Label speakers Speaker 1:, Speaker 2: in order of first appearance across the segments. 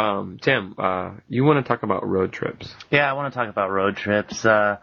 Speaker 1: um, Tim, uh, you want to talk about road trips?
Speaker 2: Yeah, I want to talk about road trips. Uh,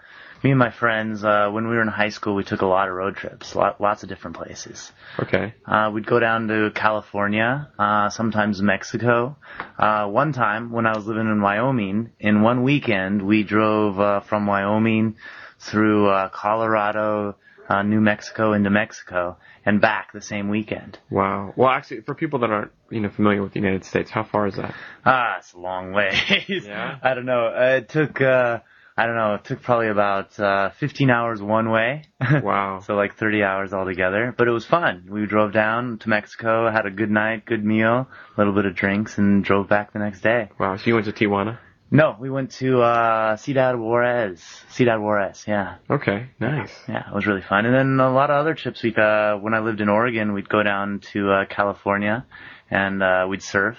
Speaker 2: me and my friends, uh, when we were in high school, we took a lot of road trips, lot, lots of different places.
Speaker 1: Okay.
Speaker 2: Uh, we'd go down to California, uh, sometimes Mexico. Uh, one time, when I was living in Wyoming, in one weekend, we drove uh, from Wyoming through uh, Colorado, uh, New Mexico, into Mexico, and back the same weekend.
Speaker 1: Wow. Well, actually, for people that aren't you know familiar with the United States, how far is that?
Speaker 2: Ah, it's a long way.
Speaker 1: Yeah.
Speaker 2: I don't know. Uh, it took, uh, I don't know, it took probably about uh, 15 hours one way.
Speaker 1: Wow.
Speaker 2: So like 30 hours altogether, but it was fun. We drove down to Mexico, had a good night, good meal, a little bit of drinks, and drove back the next day.
Speaker 1: Wow. So you went to Tijuana?
Speaker 2: No, we went to uh, Ciudad Juarez. Ciudad Juarez, yeah,
Speaker 1: Okay. Nice.
Speaker 2: yeah, it was really fun. And then a lot of other trips. We uh, when I lived in Oregon, we'd go down to uh, California, and uh, we'd surf.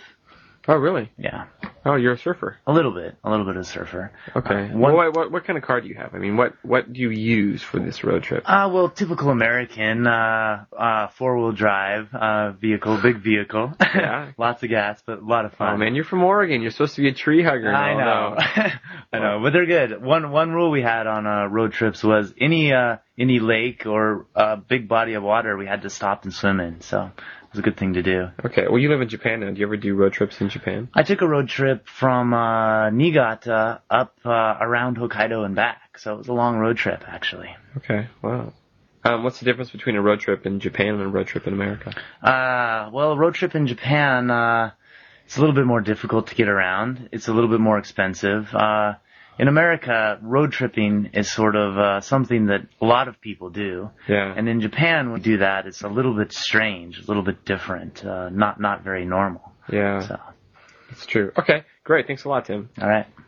Speaker 1: Oh, really?
Speaker 2: Yeah,
Speaker 1: Oh, you're a surfer.
Speaker 2: a little bit, a little bit of surfer.
Speaker 1: Okay.
Speaker 2: Uh, one-
Speaker 1: well, what, what what kind of car do you have? I mean, what what do you use for this road trip?
Speaker 2: Uh, well, typical American, uh, uh, four-wheel drive, uh, vehicle, big vehicle.
Speaker 1: Yeah.
Speaker 2: Lots of gas, but a lot of fun.
Speaker 1: Oh man, you're from Oregon. You're supposed to be a tree hugger.
Speaker 2: I
Speaker 1: No,
Speaker 2: know.
Speaker 1: no.
Speaker 2: I know, but they're good. One one rule we had on uh, road trips was any uh, any lake or uh, big body of water we had to stop and swim in. So it was a good thing to do.
Speaker 1: Okay. Well, you live in Japan now. Do you ever do road trips in Japan?
Speaker 2: I took a road trip from uh, Niigata up uh, around Hokkaido and back. So it was a long road trip actually.
Speaker 1: Okay. Wow. Um, what's the difference between a road trip in Japan and a road trip in America?
Speaker 2: Uh, well, a road trip in Japan, uh, it's a little bit more difficult to get around. It's a little bit more expensive. Uh, in America, road tripping is sort of uh, something that a lot of people do.
Speaker 1: Yeah.
Speaker 2: And in Japan, we do that. It's a little bit strange, a little bit different, uh, not not very normal.
Speaker 1: Yeah,
Speaker 2: So,
Speaker 1: that's true. Okay, great. Thanks a lot, Tim.
Speaker 2: all right.